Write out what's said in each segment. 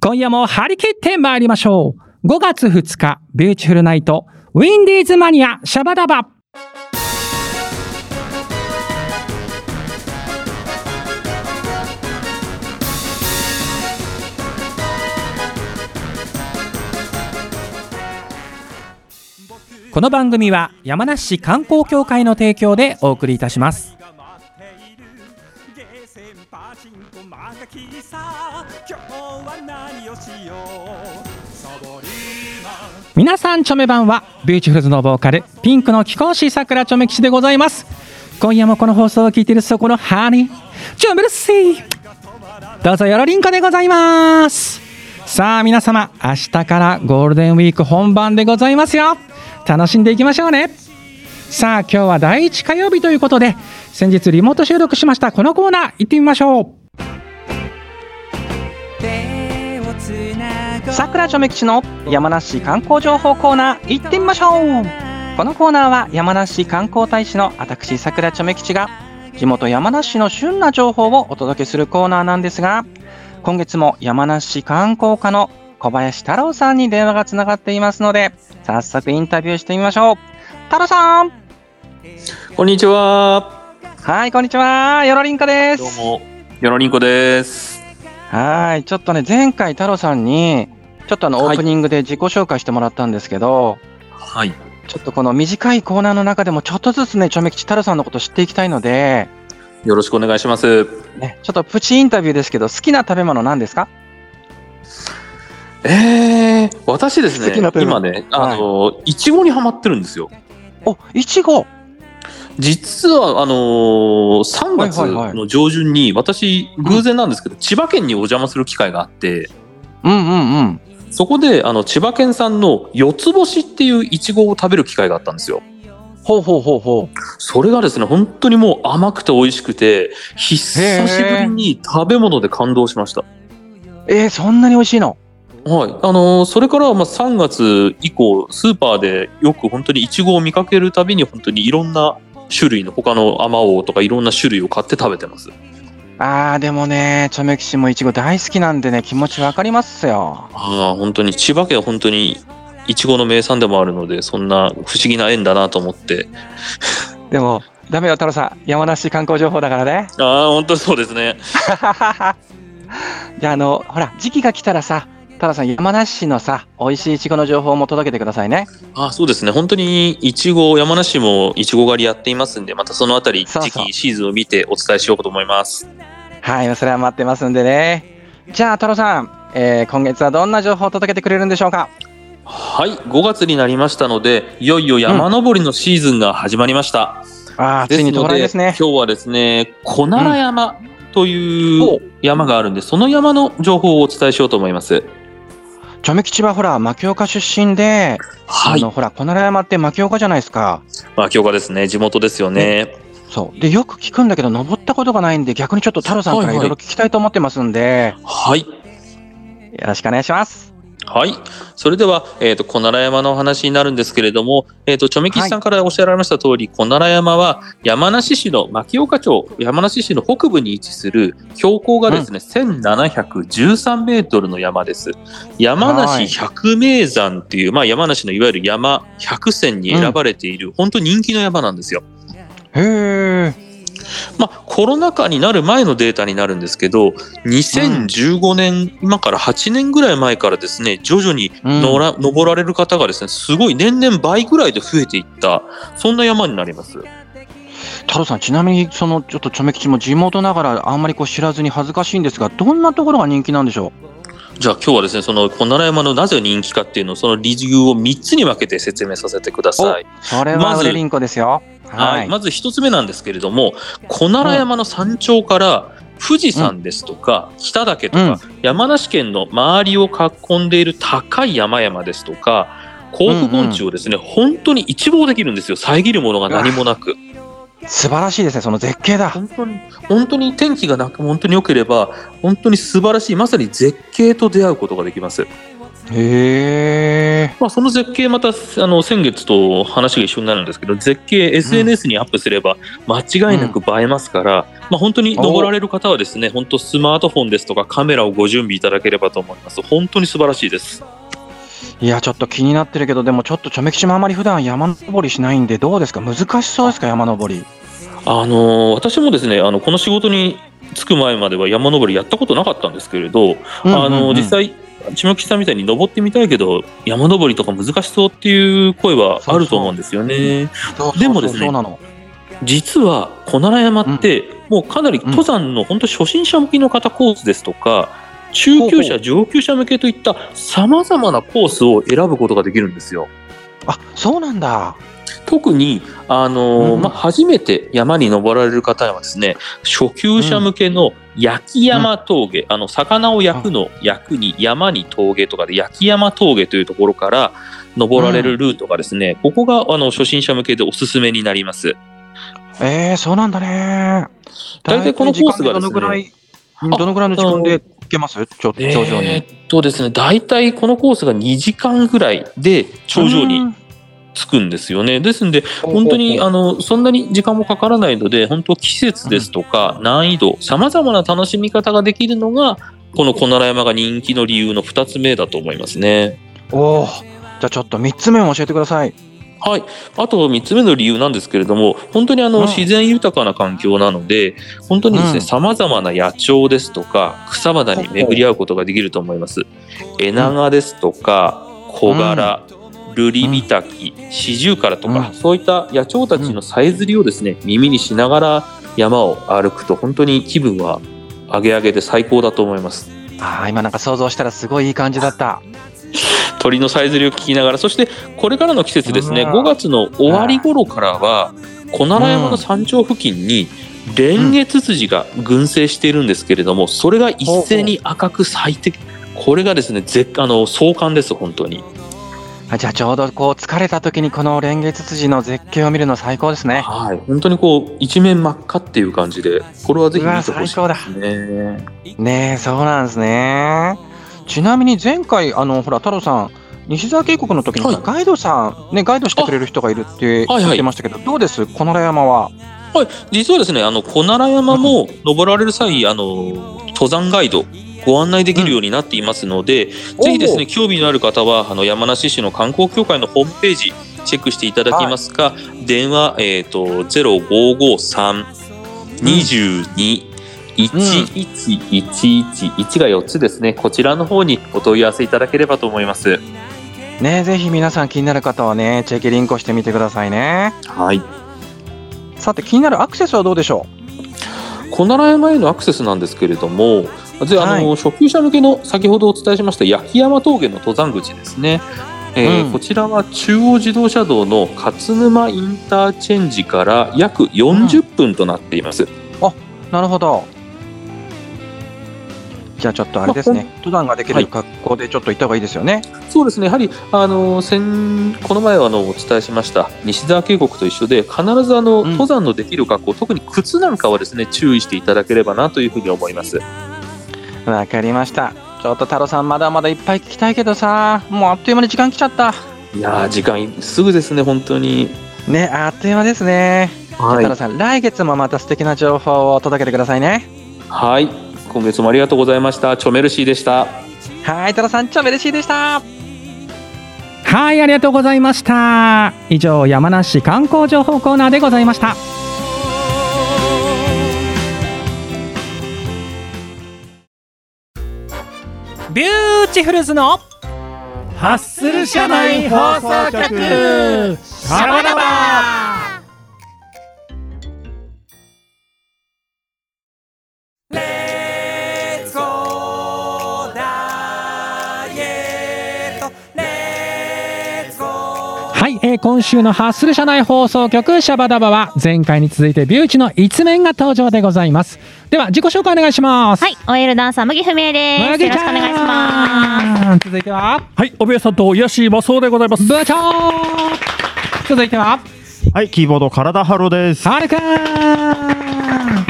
今夜も張り切って参りましょう。5月2日、ビューティフルナイト、ウィンディーズマニア、シャバダバ。この番組は山梨市観光協会の提供でお送りいたしますゲーセンパチンコマガキさ今日は何をしようサボリーマン皆さんチョメ版はビューティフルズのボーカルピンクの貴公子さくらチョメ吉でございます今夜もこの放送を聞いているそこのハニーチョメルシーどうぞよろりんこでございますさあ皆様明日からゴールデンウィーク本番でございますよ楽しんでいきましょうねさあ今日は第1火曜日ということで先日リモート収録しましたこのコーナー行ってみましょう手をつなごうさくらちょめきちの山梨市観光情報コーナー行ってみましょうこのコーナーは山梨市観光大使の私さくらちょめきちが地元山梨市の旬な情報をお届けするコーナーなんですが今月も山梨市観光課の小林太郎さんに電話がつながっていますので早速インタビューしてみましょう太郎さんこんにちは。はいこんにちはよろりんかですどうも、よろりんこです。はいちょっとね前回太郎さんにちょっとあのオはいープニングで自己紹介してもらったんですけど、はい。ちょっとこの短いコーナーの中でもちょっとずつね、ちょめきちたるさんのこと知っていきたいので、よろしくお願いします。ね、ちょっとプチインタビューですけど、好きな食べ物何ですかえー、私です素ね敵な、ペン今ね、あの、いちごにハマってるんですよ。お、いちご実は、あのー、3月はいはいはいの上旬に、私、偶然なんですけど、千葉県にお邪魔する機会があって、うんうんうん。そこで、あの、千葉県産の四つ星っていういちごを食べる機会があったんですよ。ほうほうほうほう。それがですね、本当にもう甘くて美味しくて、久しぶりに食べ物で感動しました。えー、そんなに美味しいのはい、あのーそれからはまあ3月以降スーパーでよく本当にイチゴを見かけるたびに本当にいろんな種類の他のあまおうとかいろんな種類を買って食べてますあー、でもね、ちょめきちもいちご大好きなんでね、気持ちわかりますよ。ああ本当に千葉県は本当にイチゴの名産でもあるのでそんな不思議な縁だなと思ってでも、ダメよ、太郎さん。山梨観光情報だからね。ああ本当にそうですねじゃあ、あの、ほら、時期が来たらさ、太郎さん、山梨市のさ、美味しいいちごの情報も届けてくださいね。ああそうですね本当にイチゴ山梨もイチゴ狩りやっていますんでまたそのあたりそうそう時期シーズンを見てお伝えしようかと思いますはい、それは待ってますんでね。じゃあ、太郎さん、えー今月はどんな情報を届けてくれるんでしょうか。はい5月になりましたのでいよいよ山登りのシーズンが始まりました、ああ、ついに到来ですね。今日はですね、小奈良山とほいうう山があるんで、その山の情報をお伝えしようと思います。チョメ吉はほら、牧岡出身で、はあいの、。ほら、小奈良山って牧岡じゃないですか。まあ、京香ですね。地元ですよね。そう。で、よく聞くんだけど、登ったことがないんで、逆にちょっと太郎さんからはいいはろいいろ聞きたいと思ってますんで、はい。よろしくお願いします。はい。それでは、えっ、と、小奈良山のお話になるんですけれども、えっ、と、チョメキシさんからおっしゃられました通り、小奈良山は山梨市の牧岡町、山梨市の北部に位置する標高がですね、1713メートルの山です。山梨百名山っていう、まあ山梨のいわゆる山百選に選ばれている、本当に人気の山なんですよ。へえ。まあ、コロナ禍になる前のデータになるんですけど、2015年、今から8年ぐらい前からですね、徐々にうんのら、登られる方がですね、すごい年々倍ぐらいで増えていった、そんな山になります。太郎さん、ちなみに、その、ちょっとチョメ吉も地元ながら、あんまりこう知らずに恥ずかしいんですが、どんなところが人気なんでしょじゃあ今日はですね、その小奈良山のなぜ人気かっていうのを、その理由を3つに分けて説明させてください。うそれまは、ずウレリンコですよ。はい、まず1つ目なんですけれども、小奈良山の山頂から、富士山ですとか、北岳とか、山梨県の周りを囲んでいる高い山々ですとか甲府盆地をですね、本当に一望できるんですよ遮るものが何もなく素晴らしいですね、その絶景だ。本当に本当に天気がなく本当に良ければ本当に素晴らしいまさに絶景と出会うことができますへえ。まあ、その絶景またあの先月と話が一緒になるんですけど絶景 SNS にアップすれば間違いなく映えますから、まあ、本当に登られる方はですね本当スマートフォンですとかカメラをご準備いただければと思います本当に素晴らしいですいや、ちょっと気になってるけど、でもちょっとチョメキシもあまり普段山登りしないんで、どうですか難しそうですか山登り。あの私もですねあのこの仕事に就く前までは山登りやったことなかったんですけれど、あうんうんうのん実。際千木さんみたいに登ってみたいけど山登りとか難しそうっていう声はあると思うんですよね。そうそうそうでもですねそうなの。実は小奈良山って、もうかなり登山の本当初心者向きの方コースですとか、中級ほうほ者上級者向けといったさまざまなコースを選ぶことができるんですよ。あ、そうなんだ。特に、あのーうんまあ、初めて山に登られる方はですね初級者向けの焼き山峠、あの魚を焼くの焼くに山に峠とかで焼き山峠というところから登られるルートがですね、ここがあの初心者向けでおすすめになります。ええ、そうなんだね。大体このコースがですね大体時間でどのぐらい、うんあどのぐらいの時間で行けますちょ頂上えに。ーっとですね、大体このコースが2時間ぐらいで頂上うにん着くんですよね。ですんで、本当にあのそんなに時間もかからないので、本当季節ですとか難易度、さまざまな楽しみ方ができるのが、この小奈良山が人気の理由の2つ目だと思いますね。おお。じゃあちょっと3つ目を教えてください。はい、あと3つ目の理由なんですけれども本当にあうんの自然豊かな環境なので本当にですうねんさまざまな野鳥ですとか草花に巡り合うことができると思います。エナガですとか小柄ルリビタキシジュウカラとかうんそういった野鳥たちのさえずりをですね耳にしながら山を歩くと本当に気分は上げ上げで最高だと思います。ああ、今なんか想像したらすごいいい感じだった。鳥のさえずりを聞きながらそしてこれからの季節ですねうん5月の終わり頃からは小奈良山の山頂付近にレンゲツツジが群生しているんですけれどもそれが一斉に赤く咲いてこれがですね絶あの壮観です本当にあじゃあちょうどこう疲れた時にこのレンゲツツジの絶景を見るの最高ですね。はい本当にこう一面真っ赤っていう感じでこれはぜひ見てほしういわで最すねねえ、そうなんですね。ちなみに前回、あの、ほら、太郎さん、西沢渓谷の時はにいガイドさん、ね、ガイドしてくれる人がいるってあはいはい言ってましたけど、どうですこの山は。はい実はですねあの小奈良山も登られる際あの登山ガイドご案内できるようになっていますので、ぜひですね、興味のある方は、あの山梨市の観光協会のホームページ、チェックしていただけますか、電話、えっ、と、0553-22-1111、1が4つですね、こちらの方にお問い合わせいただければと思います。ねえ、ぜひ皆さん気になる方はね、チェキリンクをしてみてくださいね。はい。さて、気になるアクセスはどうでしょ小奈良山へのアクセスなんですけれども、ぜあの、初級者向けの先ほどお伝えしました焼山峠の登山口ですね。えーうんこちらは中央自動車道の勝沼インターチェンジから約40分となっています。うなるほど。じゃあちょっとあれですね、登山ができはいる格好でちょっと行った方がいいですよね。そうですね、やはりあの先この前はあのお伝えしました西沢渓谷と一緒で必ずあの、うん登山のできる格好特に靴なんかはですね注意していただければなというふうに思います。わかりました。ちょっと太郎さん、まだまだいっぱい聞きたいけどさ、もうあっという間に時間来ちゃった。いやー時間すぐですね本当に。ね、あっという間ですね。は太郎い、さん、来月もまた素敵な情報を届けてくださいね。はい、今月もありがとうございました。チョメルシーでした。はい、太郎さん、超嬉しいでした。はい、ありがとうございました。以上、山梨市観光情報コーナーでございました。ビューティフルズのハッスル社内放送局シャバダバレッツゴーダイエットレッツゴーはい、えー今週のハッスル社内放送局シャバダバは前回に続いてビューチの一面が登場でございます。では自己紹介お願いします。はい、OL ダンサー麦文江です。よろマしギくおちゃん願いします。続いてははい、おべえさんと癒やしマスオでございます。部長。続いてははい、キーボード体ハローです。ハルくん。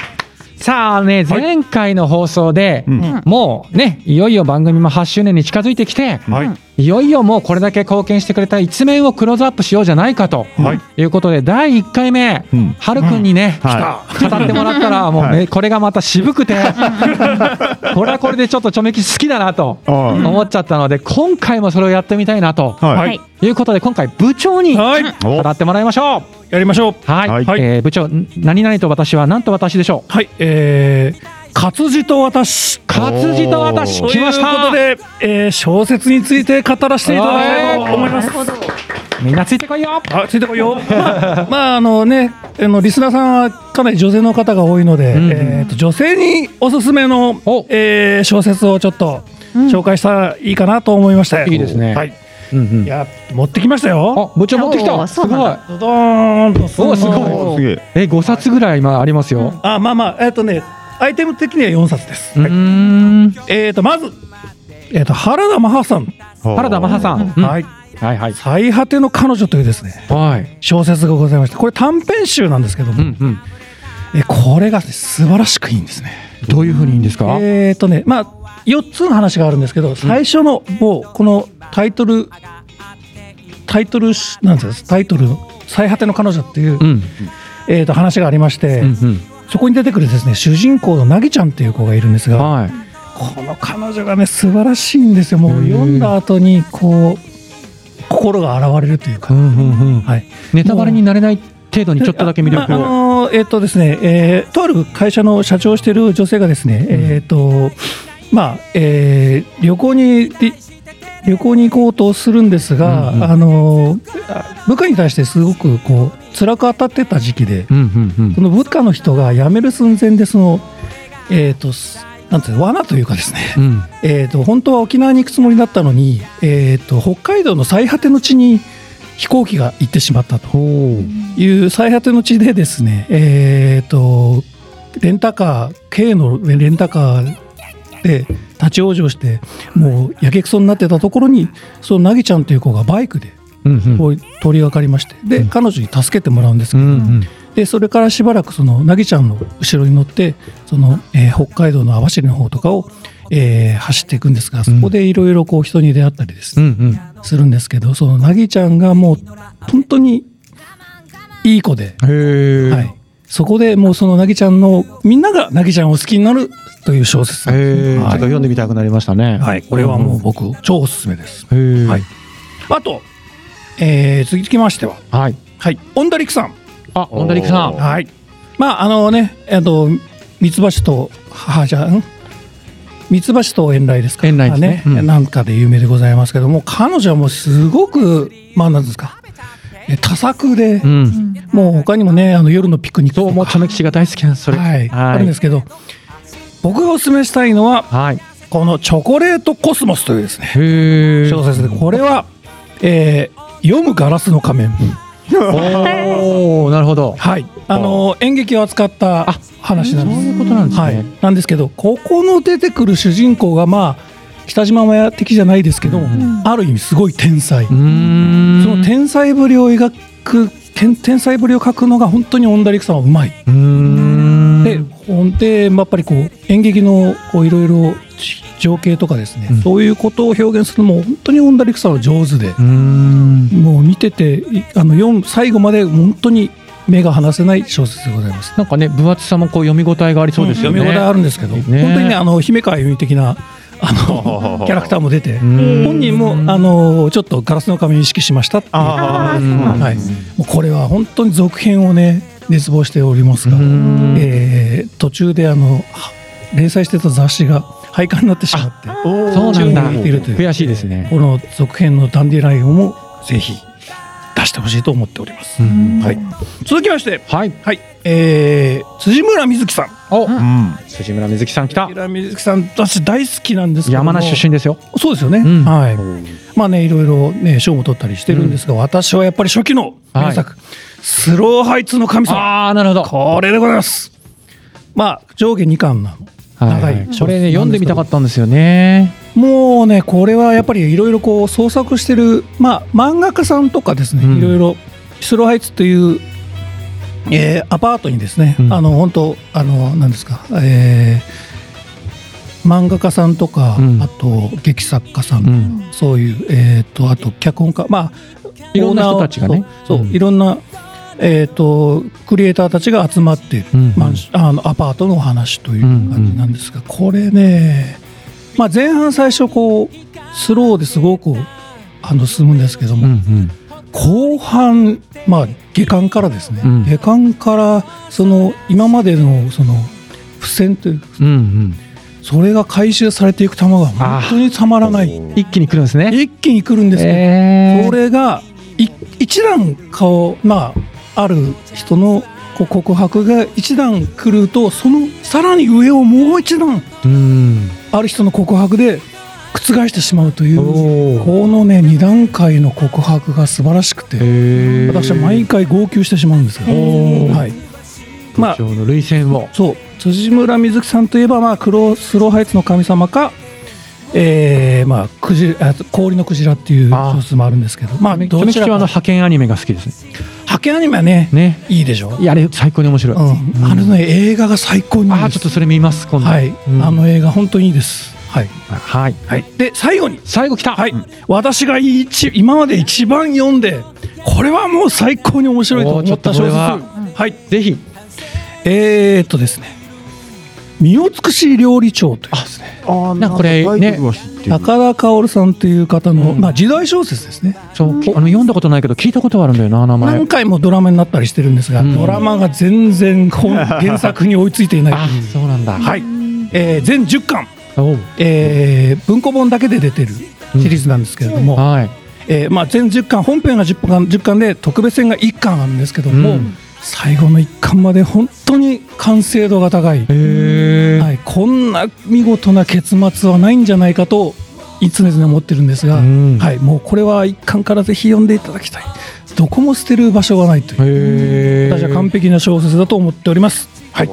さあね、はい前回の放送で、うんんもうね、いよいよ番組も8周年に近づいてきて、はいいよいよもうこれだけ貢献してくれた一面をクローズアップしようじゃないかとはいいうことで、第1回目、うんはるくんにね、は語ってもらったら、もうね、はこれがまた渋 くて、これはこれでちょっとちょめき好きだなとはい思っちゃったので、今回もそれをやってみたいなとはいはい。いうことで、今回、部長に語はいおってもらいましょう。やりましょうはい、はいはいえー部長、ん何々と私は何と私でしょう。はいえー活字と私活字と私おと来いうまこしたとで、えー小説について語らせていただきたいと思います。ほど。みんなついてこいよ。あついてこいよ。まあ、まあ、あのね、あのリスナーさんはかなり女性の方が多いので、うんえーと女性におすすめのお、えー小説をちょっと紹介したらいいかなと思いまして、いいですねはい、うんうんいや持ってきましたよ。あ、部長持ってきおた。ーすそうごないん。ドドーンとそのおすごおすげええ、五冊ぐらい今ありますよ。あまあまあえっ、とねアイテム的には四冊です。うーはいん。えっ、とまずえっ、と原田マハさん、原田マハさん。うんはい、はいはい。最果ての彼女というですね。はい。小説がございましてこれ短編集なんですけどうも、んうん。えこれが素晴らしくいいんですね。どういうふうにいいんですか。えっ、とねまあ4つの話があるんですけど最初の某このタイトルタイトルしなんていうんですタイトル「最果ての彼女」っていう、うんえー、と話がありまして、うんそこに出てくるですね主人公のなぎちゃんっていう子がいるんですうん。がはい。この彼女がね素晴らしいんですよもううん読んだ後にこう心が洗われるといううか。んうんうん。はいネタバレになれない程度にちょっとだけ魅力まあを。あのーえっ、とですね、えーとある会社の社長をしている女性がですね、うんえっ、とまあ、えー旅行にり旅行に行こうとするんですが、うんうんあのーあ部下に対してすごくこう辛く当たってた時期で、うんうんうんそ。の部下の人が辞める寸前でそのえっ、とすなんていうの罠というかですね、うん。えーと本当は沖縄に行くつもりだったのに、えーと北海道の最果ての地に飛行機が行ってしまったと。ほう。いう最果ての地でですね、えー、とレンタカー K のレンタカーで立ち往生してもうやけくそになってたところにそのなぎちゃんという子がバイクでうんうん。こう通りがかりましてで彼女に助けてもらうんですうけんど、うん。でそれからしばらくそのなぎちゃんの後ろに乗ってその、えー北海道の網走の方とかを、えー走っていくんですがそこでいろいろこう人に出会ったりですねうんうん。するんですけどそのなぎちゃんがもう本当にいい子で、へはい、そこでもうそのなぎちゃんのみんながなぎちゃんを好きになるという小説え。へえ。ちょっはとい読んでみたくなりましたね。はい、これはもう僕超おすすめですへえ。はいあと、えー、続きましてははい。はいオンダリクさんあ、オンダリクさん。はいまああのねえっとミツバチと母じゃんミツバチと遠来ですか遠来ですねあうんなんかで有名でございますけども彼女はもうすごくまあなんですかえ多作で、うん。もう他にもねあの夜のピクニックどとうかも、チョメキシが大好きなんです、それ。はい、はあるんでい。すけど僕がお勧めしたいのははい。この「チョコレートコスモス」というですねへえ。小説でこれは、えー読むガラスの仮面、おお、なるほど。はい、あの演劇を扱ったあ話なんですそういうことなんですねはい、なんですけどここの出てくる主人公がまあ北島親的じゃないですけど、ある意味すごい天才、うーん。その天才ぶりを描く天天才ぶりを描くのが本当にオンダリクさんはうまい。うーん。で、ほんで、まあやっぱりこう演劇のこういろいろ情景とかですね、うんそういうことを表現するのも本当にオンダリクさんは上手でう、ーん。もう見てていあの読む最後まで本当に目が離せない小説でございます。なんかね、分厚さもこう読み応えがありそうですよね。読み応えあるんですけど、ね本当にねあの姫川由美的なあ のキャラクターも出て、うん本人もあのちょっとガラスの紙を意識しましたっていうあーはい、もうこれは本当に続編をね熱望しておりますが、うんえー途中であのは連載してた雑誌が廃刊になってしまっておーそうなんだ。中に入れてるという悔しいですね。この続編の「ダンディライオン」もぜひ出してほしいと思っております、うんはい、続きまして、はい。はいえー辻村瑞希さんお、うん辻村瑞希さん来た辻。村瑞希さん私大好きなんですけども山梨出身ですよ。そうですよね、うんはいまあねいろいろね賞も取ったりしてるんですが、私はやっぱり初期の名作、スローハイツの神様ああ、なるほど。これでございます。まあ上下2巻なはいはの。長いい小説これね、読んでみたかったんですよね。もうねこれはやっぱりいろいろこう創作してるまあ漫画家さんとかですうんねいろいろスローハイツというえーアパートにですね、うんあの本当あのなんですか、えー漫画家さんとか、うんあと劇作家さん、うんそういう、えー、とあと脚本家まあいろんな人たちがねオーナーをそうそう、うんいろんな、えー、とクリエイターたちが集まっている、うんマンシあのアパートのお話という感じなんですが、これね、まあ、前半最初こうスローですごくあの進むんですけども、うん後半、まあ、下巻からですね、うん下巻からその今までのその付箋といううんうんうんそれが回収されていく玉が本当にたまらない一気に来るんですね一気に来るんですけど、えーそれがい一段顔まあある人のこう告白が一段来るとそのさらに上をもう一段うんある人の告白で覆してしまうというこおおのね2段階の告白が素晴らしくて。私は毎回号泣してしまうんですが、ーはい、まあ部長の涙腺をそう辻村瑞希さんといえば、まあ、クロスローハイツの神様か、えーまあ、クジあ氷のクジラっていうあー小説もあるんですけどまあめちどちゃらめちゃあのか派遣アニメが好きですね派遣アニメはねねいいでしょいやあれ最高に面白い、うんあのね映画が最高にいいあーでちょっすとそれ見ます今度はい、うんあの映画本当にいいですはい、はいはい、で最後に最後来たはい、うん私が一今まで一番読んでこれはもう最高に面白いとおーちょ思っっとたこ小れ説ははいぜひえー、っとですね身を尽くし料理長というあなんかこれね高田薫さんという方の、うんまあ、時代小説ですねそうきあの読んだことないけど聞いたことはあるんだよな名前何回もドラマになったりしてるんですが、うんドラマが全 然本原作に追いついていないあそうなんだはい、えー全10巻、おうえー文庫本だけで出てるシリーズなんですけれども、はいえーまあ、全10巻本編が10巻 ,10 巻で特別編が1巻あるんですけども、うん最後の1巻まで本当に完成度が高い、へえはい、こんな見事な結末はないんじゃないかと常々思ってるんですが、うんはい、もうこれは一巻からぜひ読んでいただきたいどこも捨てる場所がないというへえ私は完璧な小説だと思っております。はい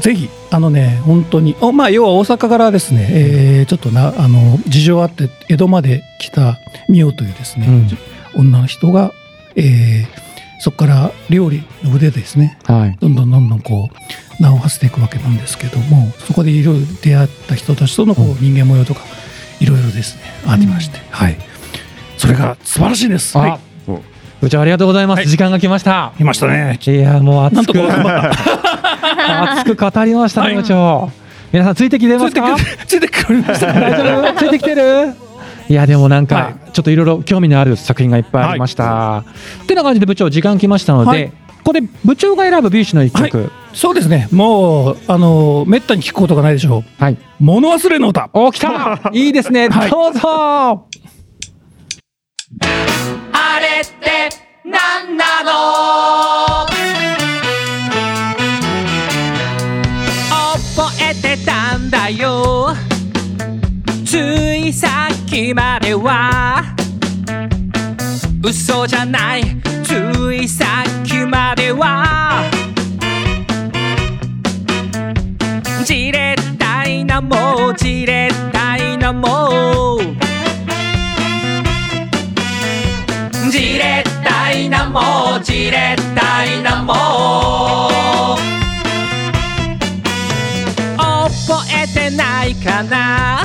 ぜひあのね本当におまあ要は大阪からですね、えーちょっとなあの事情あって江戸まで来た美代というですね、うん女の人が、えーそこから料理の腕でですねはいどんどんどんどんこう名を馳せていくわけなんですけどもそこでいろいろ出会った人たちとのこう人間模様とかいろいろですねありまして、はいそれが素晴らしいですはいあ部長ありがとうございます時間が来ました来ましたねいやもうな熱んとくか頑張った熱く語りましたね部長皆さんついてきてますかついてくれました大丈夫ついてきてるいやでもなんはかちょっといろいろ興味のある作品がいっぱいありました、ってな感じで部長時間来ましたので、はいこれ部長が選ぶ B 氏の一曲そうですねもうあのめったに聞くことがないでしょうはい、物忘れの歌お来 たいいですね、はいどうぞあれってなんなの覚えてたんだよついさっきまでは嘘じゃないついさっきまではじれったいなもうじれったいなもうじれったいなもうじれったいなもう覚えてないかな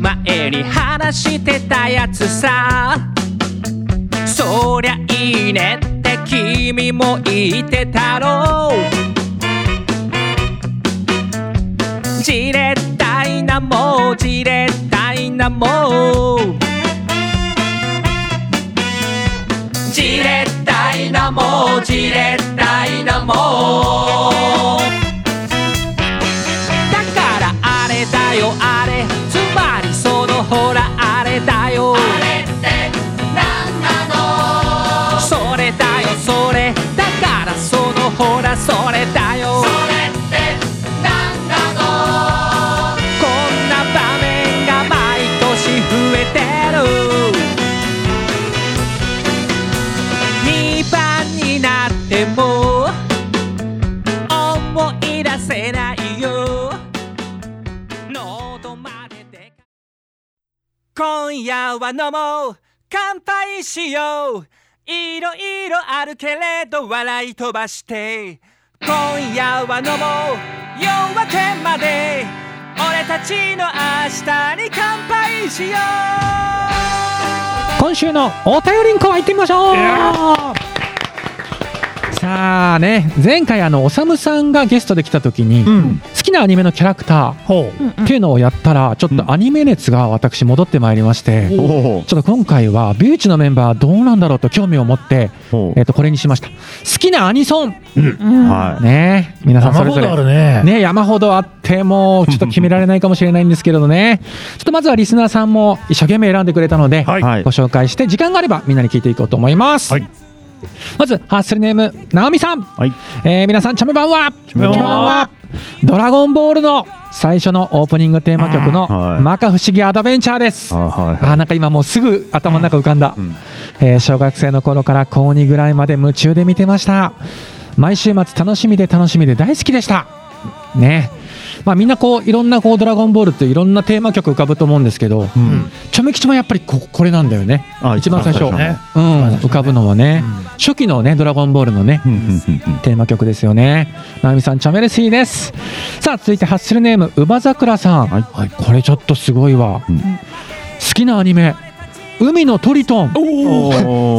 前に話してたやつさそりゃいいねって君も言ってたろうじれったいなもうじれったいなもうじれったいなもうじれったいなもうだからあれだよあれつまりそのほらあれだよあれってなんなのそれだよそれだからそのほらそれだよそれってなんなのこんな場面が毎年増えてる2番になっても思い出せないよ喉まででか今夜は飲もう乾杯しよういろいろあるけれど笑い飛ばして今夜は飲もう夜明けまで俺たちの明日に乾杯しよ今週のお便りんこは行ってみましょうさあね前回あのおさむさんがゲストで来た時に、うん好きなアニメのキャラクタほうーっていうのをやったらちょっとアニメ熱が私戻ってまいりまして、ちょおっと今回はビューチのメンバーどうなんだろうと興味を持って、おえっとこれにしました好きなアニソンはね皆さんそれ山ほぞれどあるねね、山ほどあってもうちょっと決められないかもしれないんですけれどねちょっとまずはリスナーさんも一生懸命選んでくれたので、はいいはいご紹介して時間があればみんなに聞いていこうと思います、はいまずハッスルネームなおみさん、はいえー皆さんチャメ版はチャメ版はドラゴンボールの最初のオープニングテーマ曲のは「い摩訶不思議アドベンチャー」です、あはいあーなんか今もうすぐ頭の中浮かんだ、うんえー小学生の頃から高2ぐらいまで夢中で見てました毎週末楽しみで楽しみで大好きでしたねまあみんなこういろんなこう「ドラゴンボール」っていろんなテーマ曲浮かぶと思うんですけど、うんちょめきちもやっぱりここれなんだよねあ一番最初一番最初ねうん、浮かぶのはね、初期のね「ドラゴンボール」のね、うんうんうんテーマ曲ですよね。ナオミさん、チャメレシーです。さあ、続いてハッスルネーム、うばざくらさん。はいこれちょっとすごいわ。うん好きなアニメ、海のトリトンおお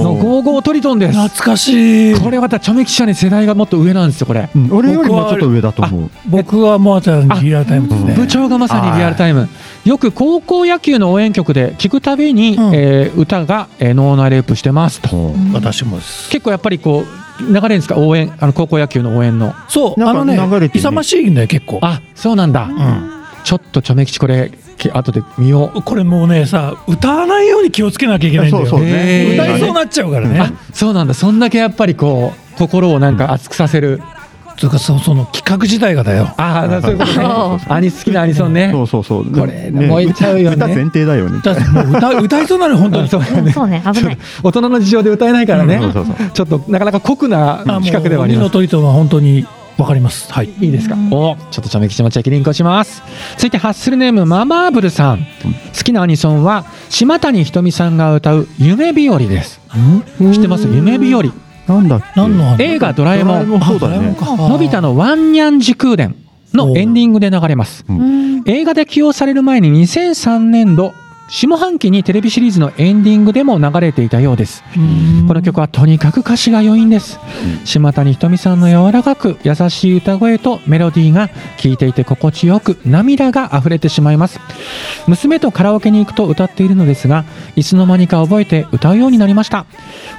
のおゴーゴートリトンです。懐かしいこれまたチョメキシャに世代がもっと上なんですよ、これ。うん俺よりもちょっと上だと思う僕はモアちゃんあリアルタイムですね部長がまさにリアルタイム。よく高校野球の応援曲で聞くたびに、うんえー歌が、えー脳内レープしてますと。お私もです結構やっぱりこう、流れるんですか、応援、あの高校野球の応援の。そうなんあかのね流れてるね勇ましいんだよ結構あ、そうなんだ。うんちょっとチョメキシこれ、け後で見よう。これもうねさ歌わないように気をつけなきゃいけないんだそうよそうへーね歌いそうにねなっちゃうからねあそうなんだそんだけやっぱりこう心をなんか熱くさせる、つうかそその企画自体がだよああそういうことねアニ好きなアニソンねそうそうそうこれ燃えちゃうよね歌歌前提だよねだってもう歌 歌いそうになる本当にそうだうんねそうね、危ない。大人の事情で歌えないからね、そうそうそうちょっとなかなか酷なあもう企画ではあり鬼まのす鳥とは本当にわかりますはいいいですかおちょっとちょめきちもチェキリンクをします続いてハッスルネームママーブルさん好きなアニソンは島谷ひとみさんが歌う「夢日和」です知ってます夢日和なんだっけ何の話映画「ドラえもん」そうだねのび太のワンニャン時空伝のエンディングで流れます映画で起用される前に2003年度下半期にテレビシリーズのエンディングでも流れていたようですこの曲はとにかく歌詞が良いんです島谷ひとみさんの柔らかく優しい歌声とメロディーが聴いていて心地よく涙が溢れてしまいます娘とカラオケに行くと歌っているのですがいつの間にか覚えて歌うようになりました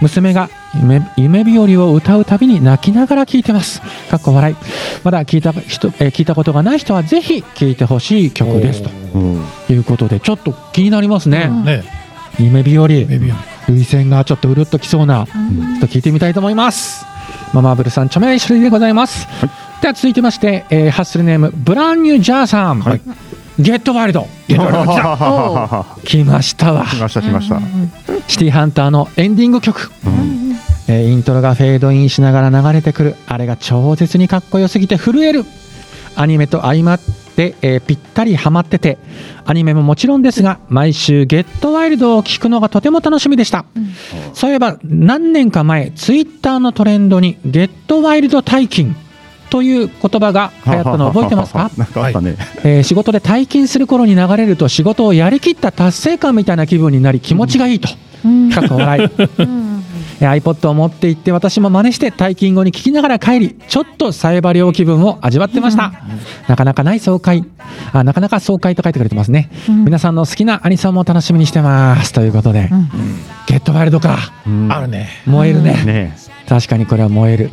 娘が夢夢日和を歌うたびに泣きながら聴いてますかっこ笑いまだ聞いた人、えー聞いたことがない人はぜひ聴いてほしい曲ですとうんいうことでちょっと気になりますね、ね夢日和メビオ涙腺がちょっとうるっときそうな、ちょっと聞いてみたいと思いますママブルさん著名種類でございます、では続いてまして、えーハッスルネームブランニュージャーさん、はいゲットワイルド来ましたわ来ました来ましたシティハンターのエンディング曲、うんえーイントロがフェードインしながら流れてくるあれが超絶にかっこよすぎて震えるアニメと相まって、えーぴったりハマっててアニメももちろんですが毎週「ゲットワイルド」を聞くのがとても楽しみでした、そういえば何年か前ツイッターのトレンドに「ゲットワイルド大金」という言葉が流行ったの覚えてますか なんかあったねえー仕事で退勤する頃に流れると仕事をやりきった達成感みたいな気分になり気持ちがいいと、うんかっこ笑いうんえー iPod を持って行って私も真似して退勤後に聞きながら帰りちょっとサイバリオ気分を味わってました、なかなかない爽快あなかなか爽快と書いてくれてますね、うん皆さんの好きなアニソンも楽しみにしてますということで、うんゲットワイルドかうんあるね燃えるね、ね確かにこれは燃える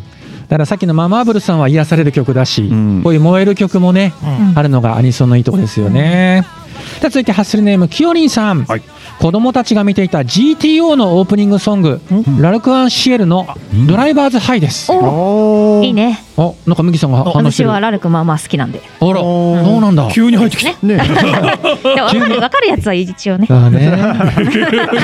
だからさっきのママーブルさんは癒される曲だし、うんこういう燃える曲もね、うんあるのがアニソンのいいとこですよね、さあ続いてハッスルネームきよりんさん、はい子供たちが見ていた GTO のオープニングソング、ラルク・アンシエルの「ドライバーズ・ハイ」です、おーいいね。あなんか麦さんが話して私るはあらラルクまあまあ好きなんで。そうなんだ急に入ってきたね。ねでもわかるわかるやつは一応ね。だね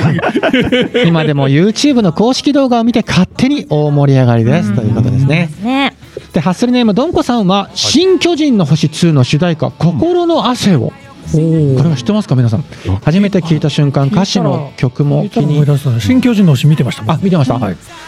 今でも YouTube の公式動画を見て勝手に大盛り上がりですということですねね。でハッスルネームどんこさんは「新巨人の星2」の主題歌「心の汗を」おこれは知ってますか皆さん初めて聞いた瞬間歌詞も曲も気に思い出した新巨人の推し見てましたもんあ見 てました、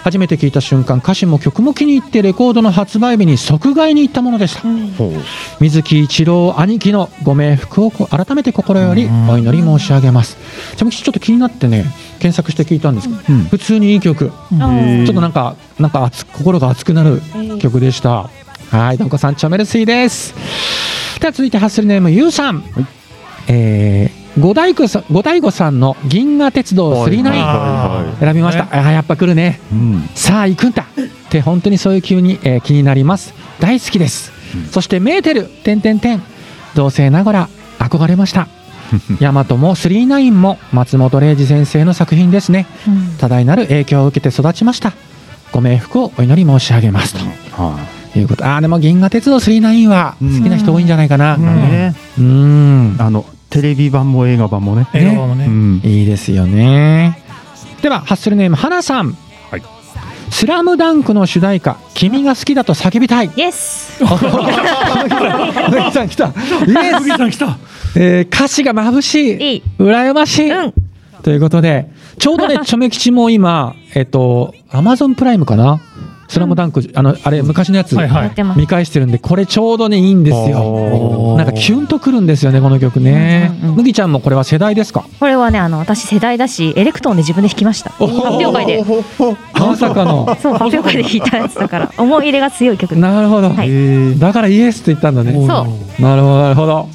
初めて聞いた瞬間歌詞も曲も気に入ってレコードの発売日に即買いに行ったものでした、ほう水木一郎兄貴のご冥福を改めて心よりお祈り申し上げますちなみにちょっと気になってね検索して聞いたんですけど、うん普通にいい曲、へーちょっとなんかなんか熱く心が熱くなる曲でした、はいどんこさんチャメルスイですでは続いてハッスルネームゆうさん、えー、五大工さん五大悟さんの銀河鉄道はい39はいはい選びました、あーやっぱ来るねうん さあ行くんだって本当にそういう気に、えー気になります大好きです、そしてメーテル点点点同性ながら憧れましたヤマトも39も松本零士先生の作品ですねうん多大なる影響を受けて育ちましたご冥福をお祈り申し上げますはということあーでも銀河鉄道39は好きな人多いんじゃないかなういんねうんあのテレビ版も映画版もね映画もねうんいいですよね。では、ハッスルネーム、花さん。はいスラムダンクの主題歌、君が好きだと叫びた い。イエス小木さん来た。小木さん来たえー歌詞が眩しい。いい羨ましい、うんということで、ちょうど ね、チョメ吉も今、えっと、アマゾンプライムかな。スラムダンク、あの、あれ、昔のやつ。はいはやっいてます見返してるんでこれちょうどねいいんですよおーなんかキュンとくるんですよねこの曲ねうんうんうん麦ちゃんもこれは世代ですかこれはねあの私世代だしエレクトーンで自分で弾きました発表会でまさかのそう発表会で弾いたやつだから思い入れが強い曲なるほど、はえいーだからイエスって言ったんだねそうなるほどなるほど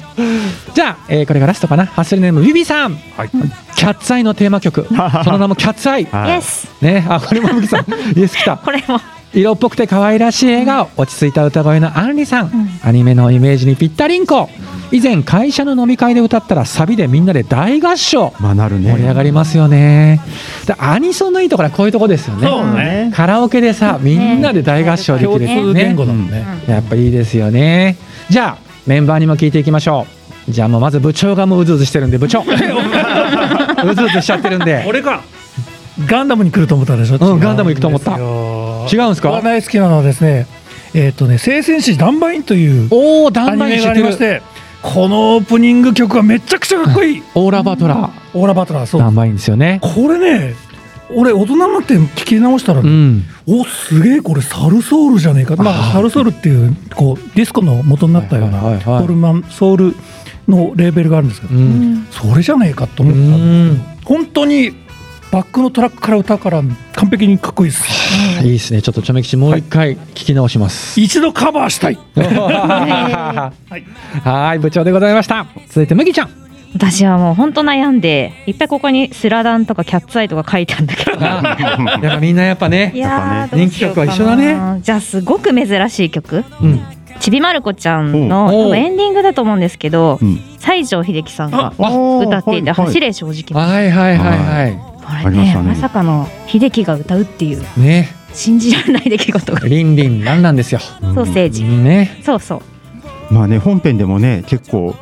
じゃあ、えーこれがラストかなハッスルネームビビさんはいキャッツアイのテーマ曲その名もキャッツアイイはエいスねあこれも麦さんイエス来たこれも色っぽくて可愛らしい笑顔落ち着いた歌声のアンリさん、んアニメのイメージにぴったりんこ以前会社の飲み会で歌ったらサビでみんなで大合唱まあなるね盛り上がりますよねでアニソンのいいところはこういうとこですよねそうねカラオケでさみんなで大合唱でき共るっていう通言語だもんねやっぱいいですよね。じゃあメンバーにも聞いていきましょう。じゃあもうまず部長がもううずうずしてるんで 部長。うずうずしちゃってるんで。俺かガンダムに来ると思ったでしょうんガンダム行くと思った違うんです違ようんです僕か。が大好きなのはですねえっとね「聖戦士ダンバイン」というおおダアンニバインメ知がっありてまる。してこのオープニング曲がめちゃくちゃかっこいいオーラバトラオーラ・バトラーそうダンバインですよね。これね俺大人になって聞き直したら、うん。おすげえこれサルソウルじゃねえか、まあ、サルソウルっていうこうディスコの元になったようなはいはいはいはいソウルマンソウルのレーベルがあるんですけうど、ん。それじゃねえかとう思った、ん。本当にバックのトラックから歌から完璧にかっこいいですいいですね。ちょっとちょめきちもう一回聞き直します。一度カバーしたいははいーい部長でございました。続いて麦ちゃん。私はもう本当悩んでいっぱいここにスラダンとかキャッツアイとか書いたんだけどやっぱみんなやっぱいね。やーやっぱねどうしようかな人気曲は一緒だじゃあすごく珍しい曲うん。ちびまる子ちゃんおうの多分エンディングだと思うんですけどうん西城秀樹さんがあー歌っていた「はいはい走れ正直」はいはいはいはこあれりましねたねまさかの秀樹が歌うっていうい。ね。信じられない出来事がリンリンなんなんですよ。ソーセージね。そうそうまあね本編でもね結構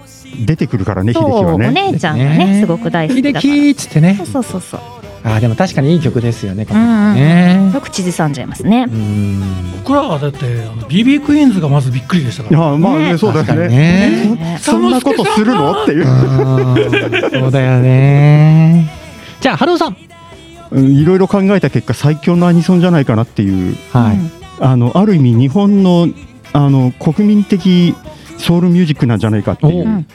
出てくるからね秀樹そうはおね姉ちゃんがねすごく大好き秀だから樹っつってねそう。そうそうそうあーでも確かにいい曲ですよね。こうれんうんねよ。く地図さんじゃいますねうーん。僕らはだってあの BB クイーンズがまずびっくりでしたからああまあねねそうだよ確かにねね。ねそんなことするのっていううーんそうだよね。じゃあハローさん。うんいろいろ考えた結果最強のアニソンじゃないかなっていうはい。あのある意味日本のあの国民的ソウルミュージックなんじゃないかっていうおう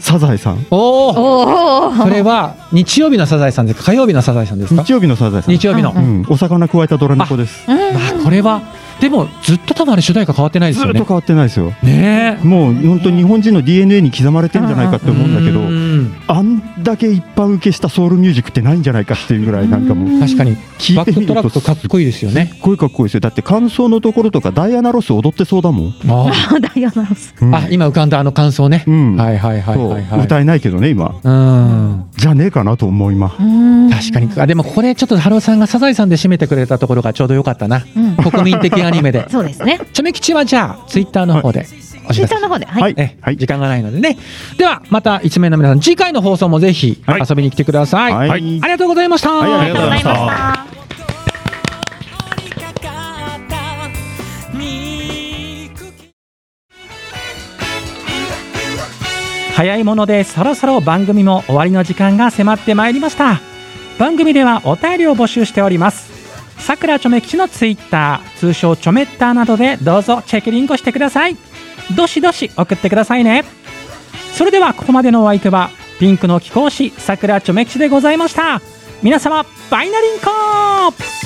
サザエさんおお。おおそれは日曜日のサザエさんですか火曜日のサザエさんですか日。曜日のサザエさん日曜日の。ううまん、お魚くわえたドラ猫ですあこれはでもずっと多分あれ主題歌変わってないでずすっよとね変。わってないですよねえ。もう本当に日本人の DNA に刻まれてんじゃないかって思うんだけどうーんあんだけ一般受けしたソウルミュージックってないんじゃないかっていうぐらいなんかもう確かに聞バいてックみトラるとックかっこいいですよねす。っごいかっこいいですよだって感想のところとかダイアナ・ロス踊ってそうだもん、あーダイアナロスうんあ今浮かんだあの感想ねう。んはいはいはいはいそはうい。歌えないけどね今うん。じゃねえかなと思います確かにあでもここでちょっと春尾さんがサザエさんで締めてくれたところがちょうどよかった なうん国民的アニメでそうですねちょめ吉はじゃあツイッターの方でお知ツイらッせターの方ではいはい、ねはい時間がないのでねではまた一名の皆さん次回の放送もぜひはい遊びに来てください、はいありがとうございました、はいありがとうございましたありがとうございました「早いものでそろそろ番組も終わりの時間が迫ってまいりました番組ではお便りを募集しておりますさくらちょめ吉のツイッター通称ちょめッターなどでどうぞチェックリンクしてくださいどしどし送ってくださいねそれではここまでのお相手はピンクの貴公子さくらちょめ吉でございました皆様バイナリンコー